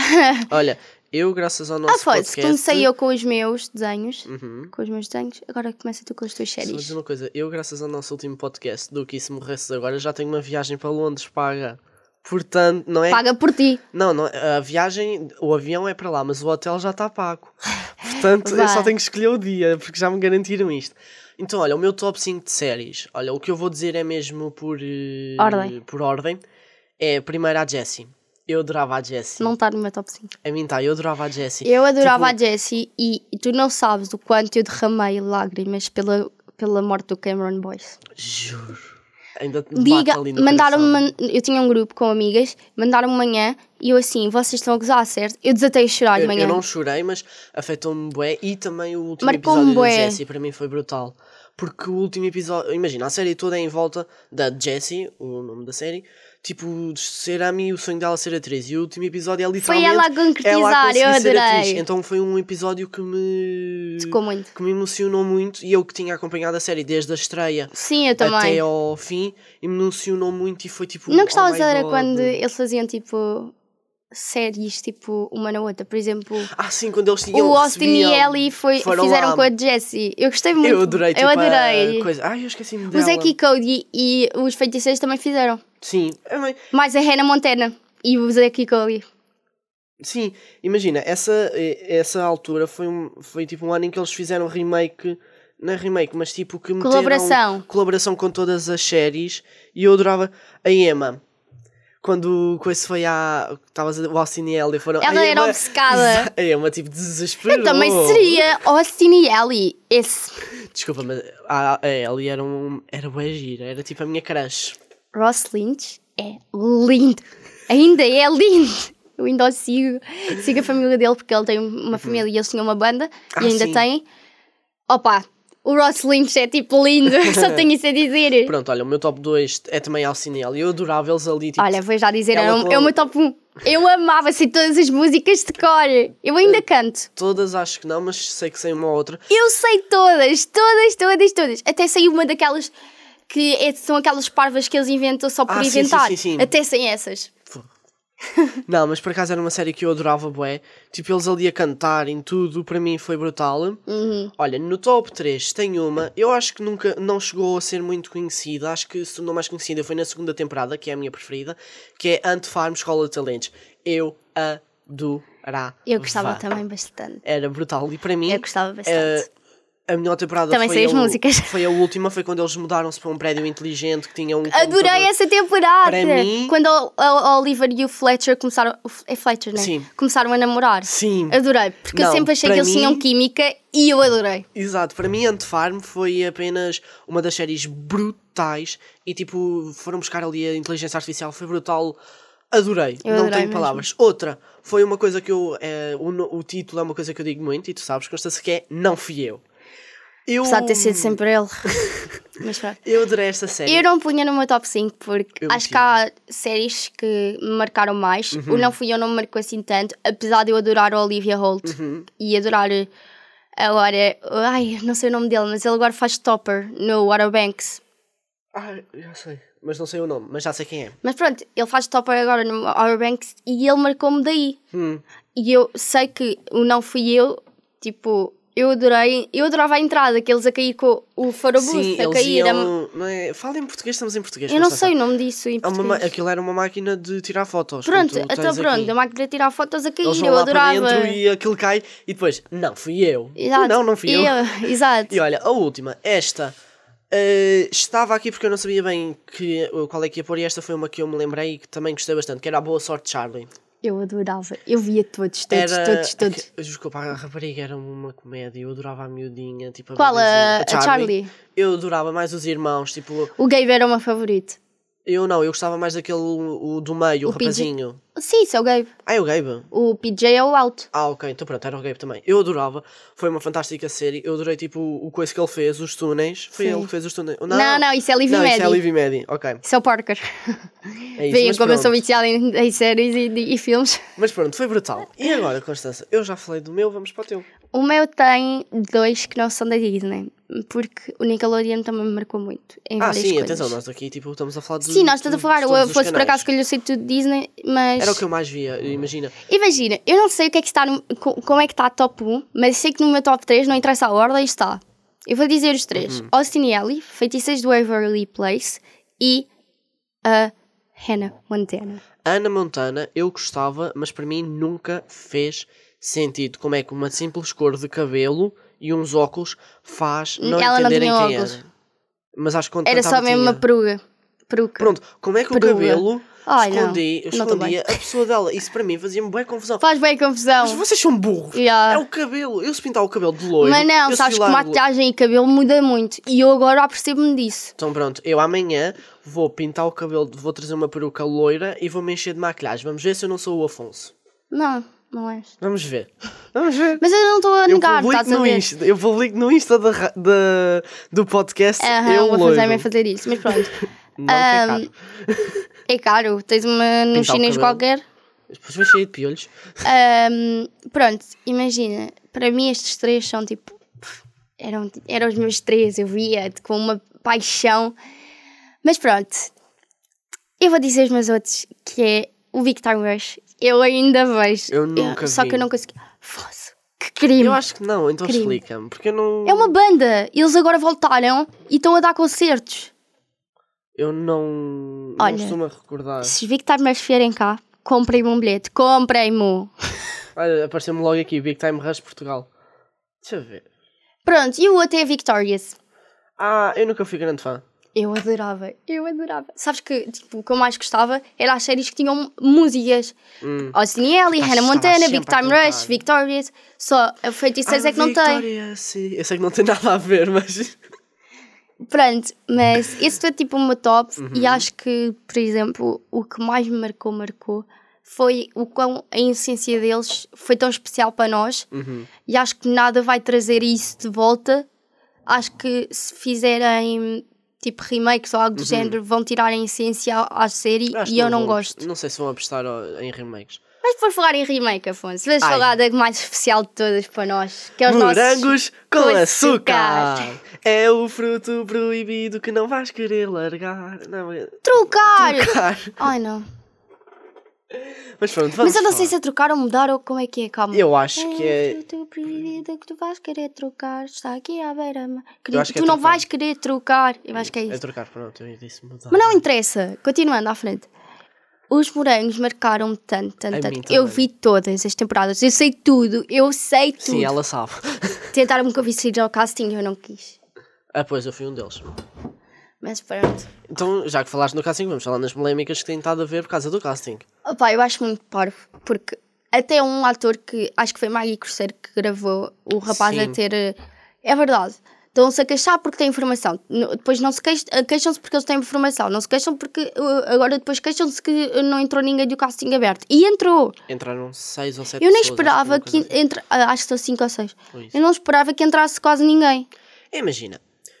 [SPEAKER 2] Olha, eu, graças ao nosso
[SPEAKER 3] ah, foi, se
[SPEAKER 2] podcast...
[SPEAKER 3] comecei eu com os meus desenhos,
[SPEAKER 2] Uhum.
[SPEAKER 3] com os meus desenhos, agora começa tu com as tuas
[SPEAKER 2] Só vou
[SPEAKER 3] séries.
[SPEAKER 2] dizer uma coisa, eu graças ao nosso último podcast do que se morresses agora já tenho uma viagem para Londres paga. Portanto, não é?
[SPEAKER 3] Paga por ti.
[SPEAKER 2] Não, não, a viagem, o avião é para lá, mas o hotel já está pago. Portanto, eu
[SPEAKER 3] Vá.
[SPEAKER 2] só tenho que escolher o dia, porque já me garantiram isto. Então, olha, o meu top 5 de séries. Olha, o que eu vou dizer é mesmo por eh,
[SPEAKER 3] Ordem.
[SPEAKER 2] Por ordem. É primeiro a Jessie. Eu adorava a Jessie.
[SPEAKER 3] Não está no meu top 5.
[SPEAKER 2] A mim está, eu adorava a Jessie.
[SPEAKER 3] Eu adorava
[SPEAKER 2] Tipo-
[SPEAKER 3] a Jessie e, e tu não sabes o quanto eu derramei lágrimas pela, pela morte do Cameron Boyce.
[SPEAKER 2] Juro. Ainda te bate
[SPEAKER 3] Diga,
[SPEAKER 2] ali no
[SPEAKER 3] mandaram-me.
[SPEAKER 2] coração.
[SPEAKER 3] man- Eu tinha um grupo com amigas, mandaram-me manhã e eu assim, vocês estão a gozar, certo? Eu desatei a chorar de
[SPEAKER 2] Eu,
[SPEAKER 3] manhã.
[SPEAKER 2] eu não chorei, mas afetou-me bué e também o último
[SPEAKER 3] Marcou-me
[SPEAKER 2] episódio da
[SPEAKER 3] bué.
[SPEAKER 2] Jessie para mim foi brutal. Porque o último episódio, imagina, a série toda é em volta da Jessie, o nome da série, tipo, de ser a mim e o sonho dela ser atriz. E o último episódio é
[SPEAKER 3] Foi
[SPEAKER 2] literalmente
[SPEAKER 3] ela a
[SPEAKER 2] ela a
[SPEAKER 3] concretizar,
[SPEAKER 2] conseguir
[SPEAKER 3] eu
[SPEAKER 2] ser atriz.
[SPEAKER 3] adorei.
[SPEAKER 2] Então foi um episódio que me
[SPEAKER 3] Tocou muito.
[SPEAKER 2] que me emocionou muito e eu que tinha acompanhado a série desde a estreia
[SPEAKER 3] Sim, eu também.
[SPEAKER 2] até ao fim, e me emocionou muito e foi tipo
[SPEAKER 3] Não gostava
[SPEAKER 2] oh
[SPEAKER 3] de
[SPEAKER 2] my
[SPEAKER 3] era
[SPEAKER 2] God.
[SPEAKER 3] quando eles faziam tipo séries tipo uma na outra. Por exemplo,
[SPEAKER 2] Ah, sim, quando eles tinham
[SPEAKER 3] o Austin e Ellie foi,
[SPEAKER 2] foram
[SPEAKER 3] fizeram
[SPEAKER 2] lá.
[SPEAKER 3] com a Jessie. Eu gostei muito.
[SPEAKER 2] Eu adorei, tipo,
[SPEAKER 3] Eu adorei. é
[SPEAKER 2] a coisa. Ai, eu esqueci-me
[SPEAKER 3] O
[SPEAKER 2] dela.
[SPEAKER 3] Zack e Cody e os feiticeiros também fizeram.
[SPEAKER 2] Sim, é bem-
[SPEAKER 3] Mais a Hannah Montana e o Zack e Cody.
[SPEAKER 2] sim, imagina, essa, eh, essa altura foi, um, foi tipo um ano em que eles fizeram remake, não é remake, mas tipo que meteram
[SPEAKER 3] Colaboração.
[SPEAKER 2] colaboração com todas as séries e eu adorava a Emma. Quando com esse foi a. Estavas a dizer, o Austin e Ellie foram.
[SPEAKER 3] Ela
[SPEAKER 2] a
[SPEAKER 3] era
[SPEAKER 2] Emma-
[SPEAKER 3] obcecada.
[SPEAKER 2] A Emma, tipo, desesperou.
[SPEAKER 3] Eu também seria Austin e Ellie. Esse.
[SPEAKER 2] Desculpa, mas a, a Ellie era um. Era boa gira, era tipo a minha crush.
[SPEAKER 3] Ross Lynch é lindo. Ainda é lindo. Eu ainda o sigo. Sigo a família dele porque ele tem uma família e eles tinham uma banda
[SPEAKER 2] Uhum. Ah,
[SPEAKER 3] e ainda
[SPEAKER 2] sim.
[SPEAKER 3] têm. Opa, o Ross Lynch é tipo lindo. Só tenho isso a dizer.
[SPEAKER 2] Pronto, olha, o meu top 2 é também Austin e Ellie. Eu adorava eles ali, tipo,
[SPEAKER 3] Olha, vou já dizer,
[SPEAKER 2] ela
[SPEAKER 3] é o,
[SPEAKER 2] com-
[SPEAKER 3] é o meu top 1. Eu amava assim todas as músicas de cor. Eu
[SPEAKER 2] É.
[SPEAKER 3] ainda canto.
[SPEAKER 2] Todas acho que não, mas sei que sei uma ou outra.
[SPEAKER 3] Eu sei todas, todas, todas, todas. Até sei uma daquelas que é- são aquelas parvas que eles inventam só por
[SPEAKER 2] Ah, sim, sim,
[SPEAKER 3] inventar.
[SPEAKER 2] sim, sim.
[SPEAKER 3] Até sem essas.
[SPEAKER 2] Não, mas por acaso era uma série que eu adorava, bué. Tipo, eles ali a cantarem tudo, para mim foi brutal.
[SPEAKER 3] Uhum.
[SPEAKER 2] Olha, no top 3 tem uma, eu acho que nunca, não chegou a ser muito conhecida, acho que se tornou mais conhecida foi na segunda temporada, que é a minha preferida, que é Ant Farm Escola de Talentos. Eu adorava.
[SPEAKER 3] Eu gostava também bastante.
[SPEAKER 2] Era brutal, e para mim...
[SPEAKER 3] Eu gostava bastante.
[SPEAKER 2] eh, a melhor temporada
[SPEAKER 3] Também
[SPEAKER 2] foi,
[SPEAKER 3] sei as
[SPEAKER 2] a, u-
[SPEAKER 3] músicas.
[SPEAKER 2] foi a última, foi quando eles mudaram-se para um prédio inteligente que tinha um. computador-
[SPEAKER 3] Adorei essa temporada!
[SPEAKER 2] Para mim-
[SPEAKER 3] Quando a, a- a Oliver e o Fletcher começaram. o F- É Fletcher, né?
[SPEAKER 2] Sim.
[SPEAKER 3] Começaram a namorar.
[SPEAKER 2] Sim.
[SPEAKER 3] Adorei, porque eu
[SPEAKER 2] Não,
[SPEAKER 3] sempre achei
[SPEAKER 2] para
[SPEAKER 3] que eles
[SPEAKER 2] mim-
[SPEAKER 3] tinham química e eu adorei.
[SPEAKER 2] Exato, para mim Antifarm foi apenas uma das séries brutais e tipo, foram buscar ali a inteligência artificial, foi brutal. Adorei,
[SPEAKER 3] Eu
[SPEAKER 2] não
[SPEAKER 3] adorei
[SPEAKER 2] tenho
[SPEAKER 3] mesmo.
[SPEAKER 2] palavras. Outra, foi uma coisa que eu. eh, o, no- o título é uma coisa que eu digo muito e tu sabes, consta-se que é Não Fui Eu. Eu,
[SPEAKER 3] Apesar de ter sido sempre ele. Mas pronto.
[SPEAKER 2] eu adorei esta série.
[SPEAKER 3] Eu não punha no meu top 5 porque
[SPEAKER 2] É. Eu
[SPEAKER 3] acho que há séries que me marcaram mais.
[SPEAKER 2] Uhum.
[SPEAKER 3] O Não Fui Eu não me marcou assim tanto, apesar de eu adorar a Olivia Holt
[SPEAKER 2] Uhum.
[SPEAKER 3] e adorar eh, agora. Ai, não sei o nome dele, mas ele agora faz topper no Water Banks.
[SPEAKER 2] Ah, já sei, mas não sei o nome, mas já sei quem é.
[SPEAKER 3] Mas pronto, ele faz topper agora no Outer Banks e ele marcou-me daí.
[SPEAKER 2] Hum.
[SPEAKER 3] E eu sei que o não fui eu, tipo, eu adorei, eu adorava a entrada, que eles a cair com o farabus
[SPEAKER 2] Sim,
[SPEAKER 3] a
[SPEAKER 2] eles
[SPEAKER 3] cair. a-
[SPEAKER 2] iam. Não é? Fala em português, estamos em português.
[SPEAKER 3] Eu não
[SPEAKER 2] Constança.
[SPEAKER 3] sei o nome disso em
[SPEAKER 2] É uma ma-
[SPEAKER 3] português.
[SPEAKER 2] aquilo era uma máquina de tirar fotos. como
[SPEAKER 3] Pronto,
[SPEAKER 2] tu
[SPEAKER 3] até
[SPEAKER 2] tens
[SPEAKER 3] pronto,
[SPEAKER 2] aqui.
[SPEAKER 3] a máquina de tirar fotos a cair,
[SPEAKER 2] Eles vão
[SPEAKER 3] eu
[SPEAKER 2] lá para
[SPEAKER 3] adorava.
[SPEAKER 2] dentro e aquilo cai e depois, não, fui eu.
[SPEAKER 3] Exato.
[SPEAKER 2] Não, não fui
[SPEAKER 3] E
[SPEAKER 2] eu.
[SPEAKER 3] Exato.
[SPEAKER 2] E olha, a última, esta Uh, estava aqui porque eu não sabia bem que, qual é que ia pôr, e esta foi uma que eu me lembrei e que também gostei bastante, que era a Boa Sorte Charlie.
[SPEAKER 4] Eu adorava. Eu via todos, todos,
[SPEAKER 2] era...
[SPEAKER 4] todos, todos.
[SPEAKER 2] que- Desculpa, a rapariga era uma comédia, eu adorava a miudinha, tipo a
[SPEAKER 3] Qual? A,
[SPEAKER 2] bebezinha,
[SPEAKER 3] a Charlie?
[SPEAKER 2] Eu adorava mais os irmãos, tipo,
[SPEAKER 3] O Gabe era o meu favorito.
[SPEAKER 2] eu não, eu gostava mais daquele o, do meio, o,
[SPEAKER 3] O PJ.
[SPEAKER 2] rapazinho.
[SPEAKER 3] Sim, isso é o Gabe.
[SPEAKER 2] Ah, é o Gabe?
[SPEAKER 3] O PJ é o alto.
[SPEAKER 2] Ah, ok, então pronto, era o Gabe também. Eu adorava, foi uma fantástica série, eu adorei tipo o coisa que ele fez, os túneis. Foi
[SPEAKER 4] Sim.
[SPEAKER 2] ele que fez os túneis. Não,
[SPEAKER 3] Não, não, isso é Livy
[SPEAKER 2] não, isso é
[SPEAKER 3] Maddie.
[SPEAKER 2] Livy Maddie, ok.
[SPEAKER 3] Isso é o Parker.
[SPEAKER 2] É isso,
[SPEAKER 3] Veio
[SPEAKER 2] mas
[SPEAKER 3] como eu sou
[SPEAKER 2] pronto.
[SPEAKER 3] viciada em, em séries e, e- e filmes.
[SPEAKER 2] Mas pronto, foi brutal. E agora, Constança, eu já falei do meu, vamos para o teu.
[SPEAKER 3] O meu tem dois que não são da Disney. Porque o Nickelodeon também me marcou muito. Em
[SPEAKER 2] ah,
[SPEAKER 3] várias
[SPEAKER 2] sim,
[SPEAKER 3] coisas.
[SPEAKER 2] atenção, nós aqui tipo, estamos a falar de.
[SPEAKER 3] Sim, nós estamos a
[SPEAKER 2] de
[SPEAKER 3] falar.
[SPEAKER 2] todos
[SPEAKER 3] Eu
[SPEAKER 2] os
[SPEAKER 3] fosse por
[SPEAKER 2] canais.
[SPEAKER 3] acaso que eu sei tudo de Disney, mas.
[SPEAKER 2] Era o que eu mais via, imagina.
[SPEAKER 3] Imagina, eu não sei o que é que está no, co- como é que está top 1, mas sei que no meu top 3 não interessa a ordem, está. Eu vou dizer os três:
[SPEAKER 2] Uhum.
[SPEAKER 3] Austin e Ellie, Feitiças do Waverly Place e a Hannah Montana.
[SPEAKER 2] Ana Montana, eu gostava, mas para mim nunca fez sentido. Como é que uma simples cor de cabelo e uns óculos faz não
[SPEAKER 3] Hum, Ela não
[SPEAKER 2] entenderem
[SPEAKER 3] tinha
[SPEAKER 2] quem
[SPEAKER 3] óculos.
[SPEAKER 2] era? Mas acho que quando
[SPEAKER 3] Era
[SPEAKER 2] cantava
[SPEAKER 3] só mesmo uma
[SPEAKER 2] tinha.
[SPEAKER 3] peruca. peruca.
[SPEAKER 2] Pronto, como é que
[SPEAKER 3] peruga.
[SPEAKER 2] o cabelo
[SPEAKER 3] Ai, não.
[SPEAKER 2] escondia,
[SPEAKER 3] Não tô bem.
[SPEAKER 2] escondia a pessoa dela? Isso para mim fazia-me bem confusão.
[SPEAKER 3] Faz bem confusão.
[SPEAKER 2] Mas vocês são burros.
[SPEAKER 3] Yeah.
[SPEAKER 2] É o cabelo. Eu se pintar o cabelo de loiro.
[SPEAKER 3] Ah. Mas não,
[SPEAKER 2] eu se
[SPEAKER 3] sabes que
[SPEAKER 2] filar de lo-
[SPEAKER 3] maquiagem e cabelo muda muito. E eu agora apercebo-me disso.
[SPEAKER 2] Então pronto, eu amanhã vou pintar o cabelo, vou trazer uma peruca loira e vou me encher de maquilhagem. Vamos ver se eu não sou o Afonso.
[SPEAKER 3] Não, não é.
[SPEAKER 2] Vamos ver. Vamos ver.
[SPEAKER 3] Mas eu não estou a
[SPEAKER 2] Eu
[SPEAKER 3] negar,
[SPEAKER 2] publico,
[SPEAKER 3] estás a
[SPEAKER 2] no
[SPEAKER 3] ver?
[SPEAKER 2] Insta, eu publico no Insta da, ra- da- do podcast.
[SPEAKER 3] Aham,
[SPEAKER 2] eu
[SPEAKER 3] vou
[SPEAKER 2] loiro.
[SPEAKER 3] fazer mesmo fazer isso, mas pronto.
[SPEAKER 2] Não, que é caro.
[SPEAKER 3] É caro, tens uma num
[SPEAKER 2] Pintar o
[SPEAKER 3] chinês
[SPEAKER 2] cabelo.
[SPEAKER 3] qualquer.
[SPEAKER 2] Depois vem cheio de piolhos.
[SPEAKER 3] Ahm, pronto, imagina, para mim estes três são tipo. pff, Eram, eram os meus três, eu via tipo, com uma paixão. Mas pronto, eu vou dizer os meus outros, que é o Victor Rush. Eu ainda vejo.
[SPEAKER 2] Eu nunca
[SPEAKER 3] Só
[SPEAKER 2] vi.
[SPEAKER 3] que eu não consegui. Fosse, que crime!
[SPEAKER 2] Eu acho que não, então
[SPEAKER 3] Crime.
[SPEAKER 2] explica-me. Porque eu não.
[SPEAKER 3] É uma banda! Eles agora voltaram e estão a dar concertos.
[SPEAKER 2] Eu não.
[SPEAKER 3] Olha.
[SPEAKER 2] Não costumo recordar.
[SPEAKER 3] Se os Victor Rush vierem cá, comprem-me um bilhete, comprem-me! um.
[SPEAKER 2] Olha, apareceu-me logo aqui: Big Time Rush Portugal. Deixa eu ver.
[SPEAKER 3] Pronto, e o outro é a Victorious.
[SPEAKER 2] Ah, eu nunca fui grande fã.
[SPEAKER 3] Eu adorava, eu adorava. Sabes que tipo, o que eu mais gostava era as séries que tinham músicas.
[SPEAKER 2] Hum.
[SPEAKER 3] Austin e Ellie,
[SPEAKER 2] Ah,
[SPEAKER 3] Hannah
[SPEAKER 2] estava
[SPEAKER 3] Montana,
[SPEAKER 2] sempre
[SPEAKER 3] Big
[SPEAKER 2] a
[SPEAKER 3] Time
[SPEAKER 2] cantar.
[SPEAKER 3] Rush, Victorious. Só a Feiticeira é que não tem.
[SPEAKER 2] Ah, Victoria, sim. Eu sei que não tem nada a ver, mas.
[SPEAKER 3] Pronto, mas esse foi tipo o meu top.
[SPEAKER 2] Uhum.
[SPEAKER 3] E acho que, por exemplo, o que mais me marcou, marcou, foi o quão a essência deles foi tão especial para nós.
[SPEAKER 2] Uhum.
[SPEAKER 3] E acho que nada vai trazer isso de volta. Acho que se fizerem tipo remakes ou algo do género, vão tirar a essência à à série
[SPEAKER 2] Uhum. Acho
[SPEAKER 3] e
[SPEAKER 2] que
[SPEAKER 3] eu não
[SPEAKER 2] vão-
[SPEAKER 3] gosto.
[SPEAKER 2] Não sei se vão apostar ao- em remakes.
[SPEAKER 3] Mas por falar em remake, Afonso, vamos
[SPEAKER 2] Ai.
[SPEAKER 3] falar da mais especial de todas para nós, que é os nossos.
[SPEAKER 2] Morangos com,
[SPEAKER 3] com
[SPEAKER 2] açúcar.
[SPEAKER 3] açúcar.
[SPEAKER 2] É o fruto proibido que não vais querer largar. Não, é...
[SPEAKER 3] Trocar!
[SPEAKER 2] Trocar.
[SPEAKER 3] Ai não.
[SPEAKER 2] Mas pronto, vamos.
[SPEAKER 3] Mas eu Hum, não sei
[SPEAKER 2] falar.
[SPEAKER 3] se é trocar ou mudar ou como é que é, calma.
[SPEAKER 2] Eu acho que
[SPEAKER 3] o
[SPEAKER 2] é.
[SPEAKER 3] teu preferido que tu vais querer trocar, está aqui à beira
[SPEAKER 2] Eu acho que
[SPEAKER 3] Tu
[SPEAKER 2] é
[SPEAKER 3] não
[SPEAKER 2] trocar.
[SPEAKER 3] vais querer trocar. Eu acho que é isso.
[SPEAKER 2] É trocar, pronto, eu disse mudar.
[SPEAKER 3] Mas não é interessa, continuando à frente. Os morangos marcaram-me tanto,
[SPEAKER 2] A
[SPEAKER 3] tanto,
[SPEAKER 2] mim
[SPEAKER 3] tanto.
[SPEAKER 2] também.
[SPEAKER 3] Eu vi todas as temporadas, eu sei tudo, eu sei tudo.
[SPEAKER 2] Sim, ela sabe.
[SPEAKER 3] Tentaram-me convencer ao casting, eu não quis.
[SPEAKER 2] ah, pois, eu fui um deles.
[SPEAKER 3] Mas pronto.
[SPEAKER 2] Então, já que falaste no casting, vamos falar nas polémicas que têm estado a ver por causa do casting.
[SPEAKER 3] Opa, eu acho muito parvo, porque até um ator que acho que foi Maggie Cruzeiro que gravou o rapaz
[SPEAKER 2] Sim.
[SPEAKER 3] a ter. eh, É verdade. Estão-se a queixar porque têm informação. No- Depois não se queix- eh, queixam-se porque eles têm informação. Não se queixam porque. eh, Agora depois queixam-se que eh, não entrou ninguém do casting aberto. E entrou!
[SPEAKER 2] Entraram seis ou sete
[SPEAKER 3] Eu nem
[SPEAKER 2] pessoas,
[SPEAKER 3] esperava
[SPEAKER 2] acho que foi
[SPEAKER 3] que
[SPEAKER 2] uma coisa
[SPEAKER 3] entre, ah, acho que são 5 ou 6.
[SPEAKER 2] assim. Foi isso.
[SPEAKER 3] Eu não esperava que entrasse quase ninguém.
[SPEAKER 2] É, Imagina,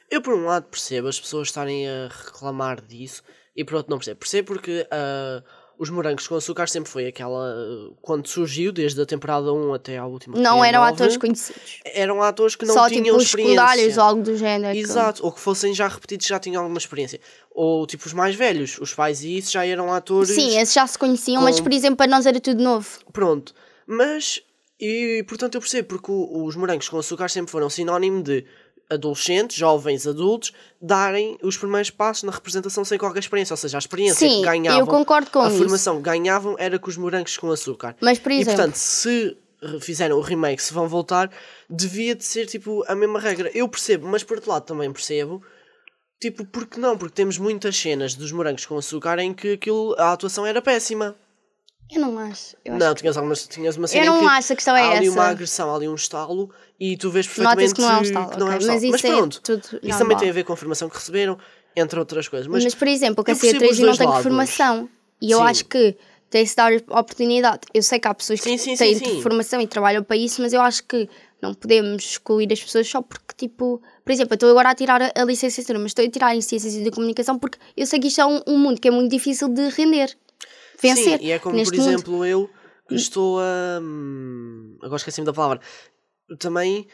[SPEAKER 2] eu por um lado percebo as pessoas estarem a reclamar disso e por outro não percebo. Percebo porque ah, os morangos com açúcar sempre foi aquela. ah, Quando surgiu, desde a temporada 1 até à última. que
[SPEAKER 3] Não
[SPEAKER 2] foi a
[SPEAKER 3] eram
[SPEAKER 2] nove,
[SPEAKER 3] atores conhecidos.
[SPEAKER 2] Eram atores que não
[SPEAKER 3] Só
[SPEAKER 2] tinham
[SPEAKER 3] tipo os
[SPEAKER 2] experiência.
[SPEAKER 3] secundários ou algo do género. que-
[SPEAKER 2] Exato, ou que fossem já repetidos, já tinham alguma experiência. Ou tipo os mais velhos, os pais e isso já eram atores.
[SPEAKER 3] Sim, esses já se conheciam, mas
[SPEAKER 2] com-
[SPEAKER 3] por exemplo, para nós era tudo novo.
[SPEAKER 2] Pronto, mas. E portanto eu percebo, porque o- os morangos com açúcar sempre foram sinónimo de adolescentes, jovens, adultos, darem os primeiros passos na representação sem qualquer experiência. Ou seja, a experiência
[SPEAKER 3] Sim,
[SPEAKER 2] que
[SPEAKER 3] eu
[SPEAKER 2] ganhavam.
[SPEAKER 3] concordo com
[SPEAKER 2] A
[SPEAKER 3] isso.
[SPEAKER 2] formação que ganhavam era com os morangos com açúcar.
[SPEAKER 3] Mas, por
[SPEAKER 2] E
[SPEAKER 3] exemplo-
[SPEAKER 2] portanto, se eh, fizeram o remake, se vão voltar, devia de ser tipo a mesma regra. Eu percebo, mas por outro lado também percebo Tipo, porque não? Porque temos muitas cenas dos morangos com açúcar em que aquilo, a atuação era péssima.
[SPEAKER 3] Eu não acho. Eu acho
[SPEAKER 2] Não, tinhas, algumas, tinhas uma cena
[SPEAKER 3] Eu
[SPEAKER 2] em
[SPEAKER 3] não
[SPEAKER 2] que
[SPEAKER 3] acho, a questão é
[SPEAKER 2] há ali
[SPEAKER 3] essa.
[SPEAKER 2] uma agressão, há ali um estalo e tu vês perfeitamente
[SPEAKER 3] Nota-se que não é um estalo,
[SPEAKER 2] que não é um
[SPEAKER 3] ok,
[SPEAKER 2] estalo.
[SPEAKER 3] mas isso
[SPEAKER 2] Mas
[SPEAKER 3] é
[SPEAKER 2] pronto,
[SPEAKER 3] tudo
[SPEAKER 2] isso também
[SPEAKER 3] normal.
[SPEAKER 2] tem a ver com a formação que receberam, entre outras coisas. Mas,
[SPEAKER 3] Mas, por exemplo, a
[SPEAKER 2] eu
[SPEAKER 3] Cassia
[SPEAKER 2] percebo os
[SPEAKER 3] 3 não
[SPEAKER 2] dois
[SPEAKER 3] tem
[SPEAKER 2] lados.
[SPEAKER 3] formação. E eu
[SPEAKER 2] Sim.
[SPEAKER 3] acho que tem-se dar oportunidade. Eu sei que há pessoas que
[SPEAKER 2] Sim, sim,
[SPEAKER 3] têm tipo
[SPEAKER 2] sim, sim.
[SPEAKER 3] formação e trabalham para isso, mas eu acho que não podemos excluir as pessoas só porque, tipo, por exemplo, eu estou agora a tirar a, a licenciatura, mas estou a tirar em Ciências da Comunicação porque eu sei que isto é um, um mundo que é muito difícil de render. Vencer.
[SPEAKER 2] Sim, e é como,
[SPEAKER 3] neste
[SPEAKER 2] por
[SPEAKER 3] mundo.
[SPEAKER 2] exemplo, eu que estou a. hum, Agora esqueci-me da palavra. Também.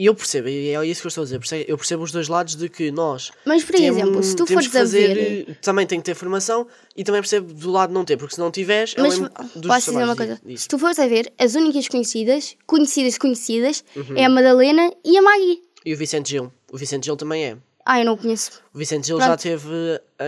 [SPEAKER 2] E eu percebo, e é isso que eu estou a dizer. perce- Eu percebo os dois lados de que nós.
[SPEAKER 3] Mas, por
[SPEAKER 2] temos-
[SPEAKER 3] exemplo, se tu
[SPEAKER 2] temos
[SPEAKER 3] fores
[SPEAKER 2] que
[SPEAKER 3] a
[SPEAKER 2] fazer,
[SPEAKER 3] ver.
[SPEAKER 2] eh, Também tem que ter formação e também percebo do lado de não ter, porque se não tiveres. é o
[SPEAKER 3] Mas
[SPEAKER 2] mesmo dos
[SPEAKER 3] posso dizer
[SPEAKER 2] trabalhos
[SPEAKER 3] uma coisa?
[SPEAKER 2] di- disso.
[SPEAKER 3] Se tu fores a ver, as únicas conhecidas, conhecidas, conhecidas, é
[SPEAKER 2] Uhum.
[SPEAKER 3] a Madalena e a Maggie.
[SPEAKER 2] E o Vicente Gil. O Vicente Gil também é.
[SPEAKER 3] Ah, eu não conheço.
[SPEAKER 2] O Vicente Gil já
[SPEAKER 3] Pronto.
[SPEAKER 2] teve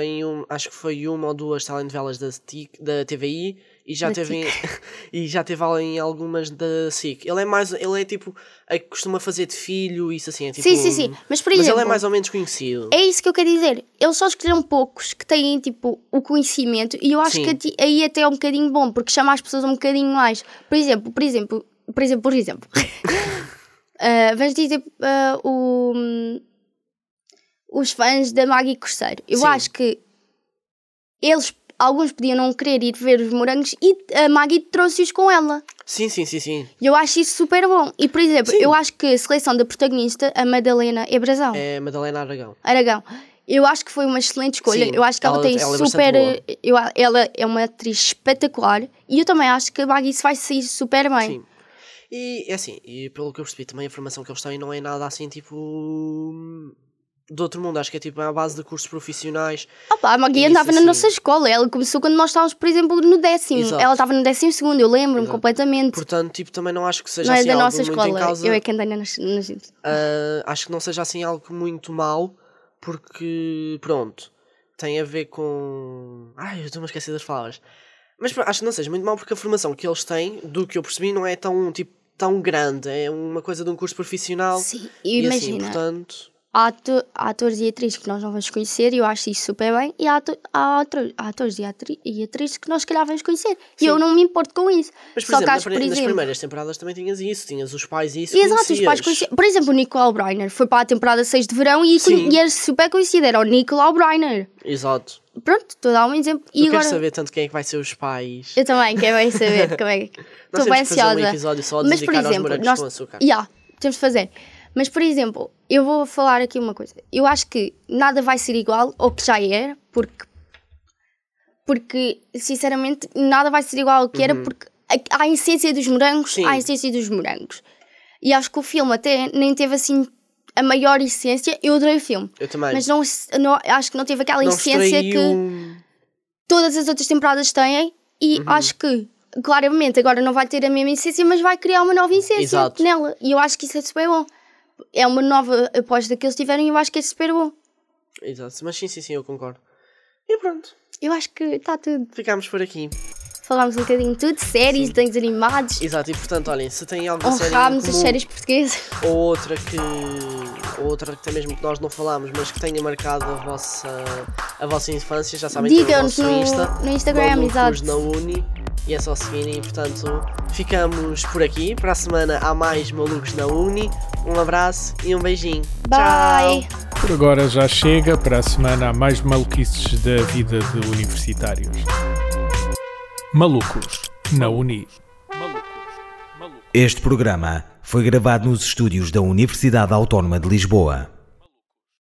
[SPEAKER 2] em um, acho que foi uma ou duas telenovelas da, STIC, da TVI e já
[SPEAKER 3] Da
[SPEAKER 2] teve em, e já teve em algumas da SIC. Ele é mais, ele é tipo a que costuma fazer de filho e isso assim, é tipo
[SPEAKER 3] sim, sim, sim. Mas, por
[SPEAKER 2] Mas
[SPEAKER 3] exemplo,
[SPEAKER 2] ele é mais ou menos conhecido.
[SPEAKER 3] É isso que eu quero dizer. Eles só escolheram poucos que têm, tipo, o conhecimento e eu acho
[SPEAKER 2] Sim.
[SPEAKER 3] que ati- aí até é um bocadinho bom, porque chama as pessoas um bocadinho mais. Por exemplo, por exemplo, por exemplo, por exemplo. Ah, vamos dizer ah, o- hum, os fãs da Maggie Corseiro. Eu
[SPEAKER 2] Sim.
[SPEAKER 3] acho que eles, alguns podiam não querer ir ver os morangos e a Maggie trouxe-os com ela.
[SPEAKER 2] Sim, sim, sim, sim.
[SPEAKER 3] E eu acho isso super bom. E, por exemplo,
[SPEAKER 2] Sim.
[SPEAKER 3] eu acho que a seleção da protagonista, a Madalena, é brasão.
[SPEAKER 2] É Madalena Aragão.
[SPEAKER 3] Aragão. Eu acho que foi uma excelente escolha.
[SPEAKER 2] Sim,
[SPEAKER 3] eu acho que ela,
[SPEAKER 2] ela-
[SPEAKER 3] tem
[SPEAKER 2] ela é bastante
[SPEAKER 3] super.
[SPEAKER 2] boa.
[SPEAKER 3] eu, ela é uma atriz espetacular e eu também acho que a Maggie se vai sair super bem.
[SPEAKER 2] Sim. E é assim, e pelo que eu percebi, também a formação que eles têm não é nada assim tipo do outro mundo, acho que é tipo à base de cursos profissionais.
[SPEAKER 3] Opa, a Maggie
[SPEAKER 2] Isso,
[SPEAKER 3] andava na
[SPEAKER 2] sim.
[SPEAKER 3] nossa escola. Ela começou quando nós estávamos, por exemplo, no décimo.
[SPEAKER 2] Exato.
[SPEAKER 3] Ela estava no décimo segundo, eu lembro-me
[SPEAKER 2] Exato.
[SPEAKER 3] completamente.
[SPEAKER 2] Portanto, tipo, também não acho que seja
[SPEAKER 3] não é
[SPEAKER 2] assim
[SPEAKER 3] da
[SPEAKER 2] algo
[SPEAKER 3] nossa
[SPEAKER 2] muito em
[SPEAKER 3] escola.
[SPEAKER 2] causa.
[SPEAKER 3] Eu é que andei nas. nas...
[SPEAKER 2] Ah, acho que não seja assim algo muito mau, porque, pronto, tem a ver com. Ai, eu estou-me a esquecer das palavras. Mas pronto, acho que não seja muito mau porque a formação que eles têm, do que eu percebi, não é tão, tipo, tão grande. É uma coisa de um curso profissional.
[SPEAKER 3] Sim,
[SPEAKER 2] e
[SPEAKER 3] imagina.
[SPEAKER 2] assim, portanto.
[SPEAKER 3] há, atu- há atores e atrizes que nós não vamos conhecer e eu acho isso super bem. E há, atu- há atro- há atores e, atri- e atrizes que nós, se calhar, vamos conhecer. E eu não me importo com isso.
[SPEAKER 2] Mas, por
[SPEAKER 3] Só
[SPEAKER 2] exemplo,
[SPEAKER 3] que
[SPEAKER 2] na
[SPEAKER 3] acho,
[SPEAKER 2] pri-
[SPEAKER 3] por
[SPEAKER 2] nas
[SPEAKER 3] exemplo.
[SPEAKER 2] primeiras temporadas também tinhas isso, tinhas os pais e isso.
[SPEAKER 3] Exato, os pais
[SPEAKER 2] conhecias.
[SPEAKER 3] conheciam. Por exemplo, o Nicolau Breiner foi para a temporada 6 de verão e,
[SPEAKER 2] Sim.
[SPEAKER 3] e era super conhecido, era o Nicolau Breiner.
[SPEAKER 2] Exato.
[SPEAKER 3] Pronto, estou a dar um exemplo. E
[SPEAKER 2] eu
[SPEAKER 3] agora.
[SPEAKER 2] quero saber tanto quem é que vai ser os pais.
[SPEAKER 3] Eu também quero bem saber como é que.
[SPEAKER 2] Nós
[SPEAKER 3] Estou bem
[SPEAKER 2] temos que fazer um
[SPEAKER 3] ansiosa.
[SPEAKER 2] episódio só
[SPEAKER 3] Mas, por
[SPEAKER 2] dedicado aos
[SPEAKER 3] exemplo,
[SPEAKER 2] morangos
[SPEAKER 3] nós.
[SPEAKER 2] com açúcar.
[SPEAKER 3] Ya, temos de fazer. Mas, por exemplo, eu vou falar aqui uma coisa. Eu acho que nada vai ser igual ao que já era, porque. Porque, sinceramente, nada vai ser igual ao que era, porque a- há a essência dos morangos,
[SPEAKER 2] Uhum. Sim.
[SPEAKER 3] há a essência dos morangos. E acho que o filme até nem teve assim a maior essência. Eu adorei o filme.
[SPEAKER 2] Eu também.
[SPEAKER 3] Mas não, não- acho que não teve aquela
[SPEAKER 2] não um
[SPEAKER 3] essência que
[SPEAKER 2] extraiu-
[SPEAKER 3] todas as outras temporadas têm e
[SPEAKER 2] Uhum.
[SPEAKER 3] acho que claramente agora não vai ter a mesma essência, mas vai criar uma nova essência
[SPEAKER 2] Exato.
[SPEAKER 3] nela. E eu acho que isso é super bom. É uma nova aposta que eles tiveram e eu acho que é super bom.
[SPEAKER 2] Exato, mas sim, sim, sim, eu concordo. E pronto,
[SPEAKER 3] Eu acho que está tudo.
[SPEAKER 2] ficámos por aqui.
[SPEAKER 3] Falámos um bocadinho de tudo, séries, desenhos animados,
[SPEAKER 2] Exato, e portanto, olhem, se têm alguma série em
[SPEAKER 3] honrámos Oh, as
[SPEAKER 2] comum,
[SPEAKER 3] séries portuguesas.
[SPEAKER 2] ou outra que ou outra que até mesmo que nós não falámos, mas que tenha marcado a vossa a vossa infância, já sabem que o
[SPEAKER 3] Digam-nos
[SPEAKER 2] nosso
[SPEAKER 3] no-
[SPEAKER 2] Insta,
[SPEAKER 3] no Instagram,
[SPEAKER 2] Malucos
[SPEAKER 3] exato.
[SPEAKER 2] na Uni. E é só seguirem, e, portanto, ficamos por aqui. Para a semana há mais malucos na Uni. Um abraço e um beijinho. Tchau.
[SPEAKER 3] Bye!
[SPEAKER 1] Por agora já chega, para a semana há mais maluquices da vida de universitários. Malucos na Uni.
[SPEAKER 5] Este programa foi gravado nos estúdios da Universidade Autónoma de Lisboa.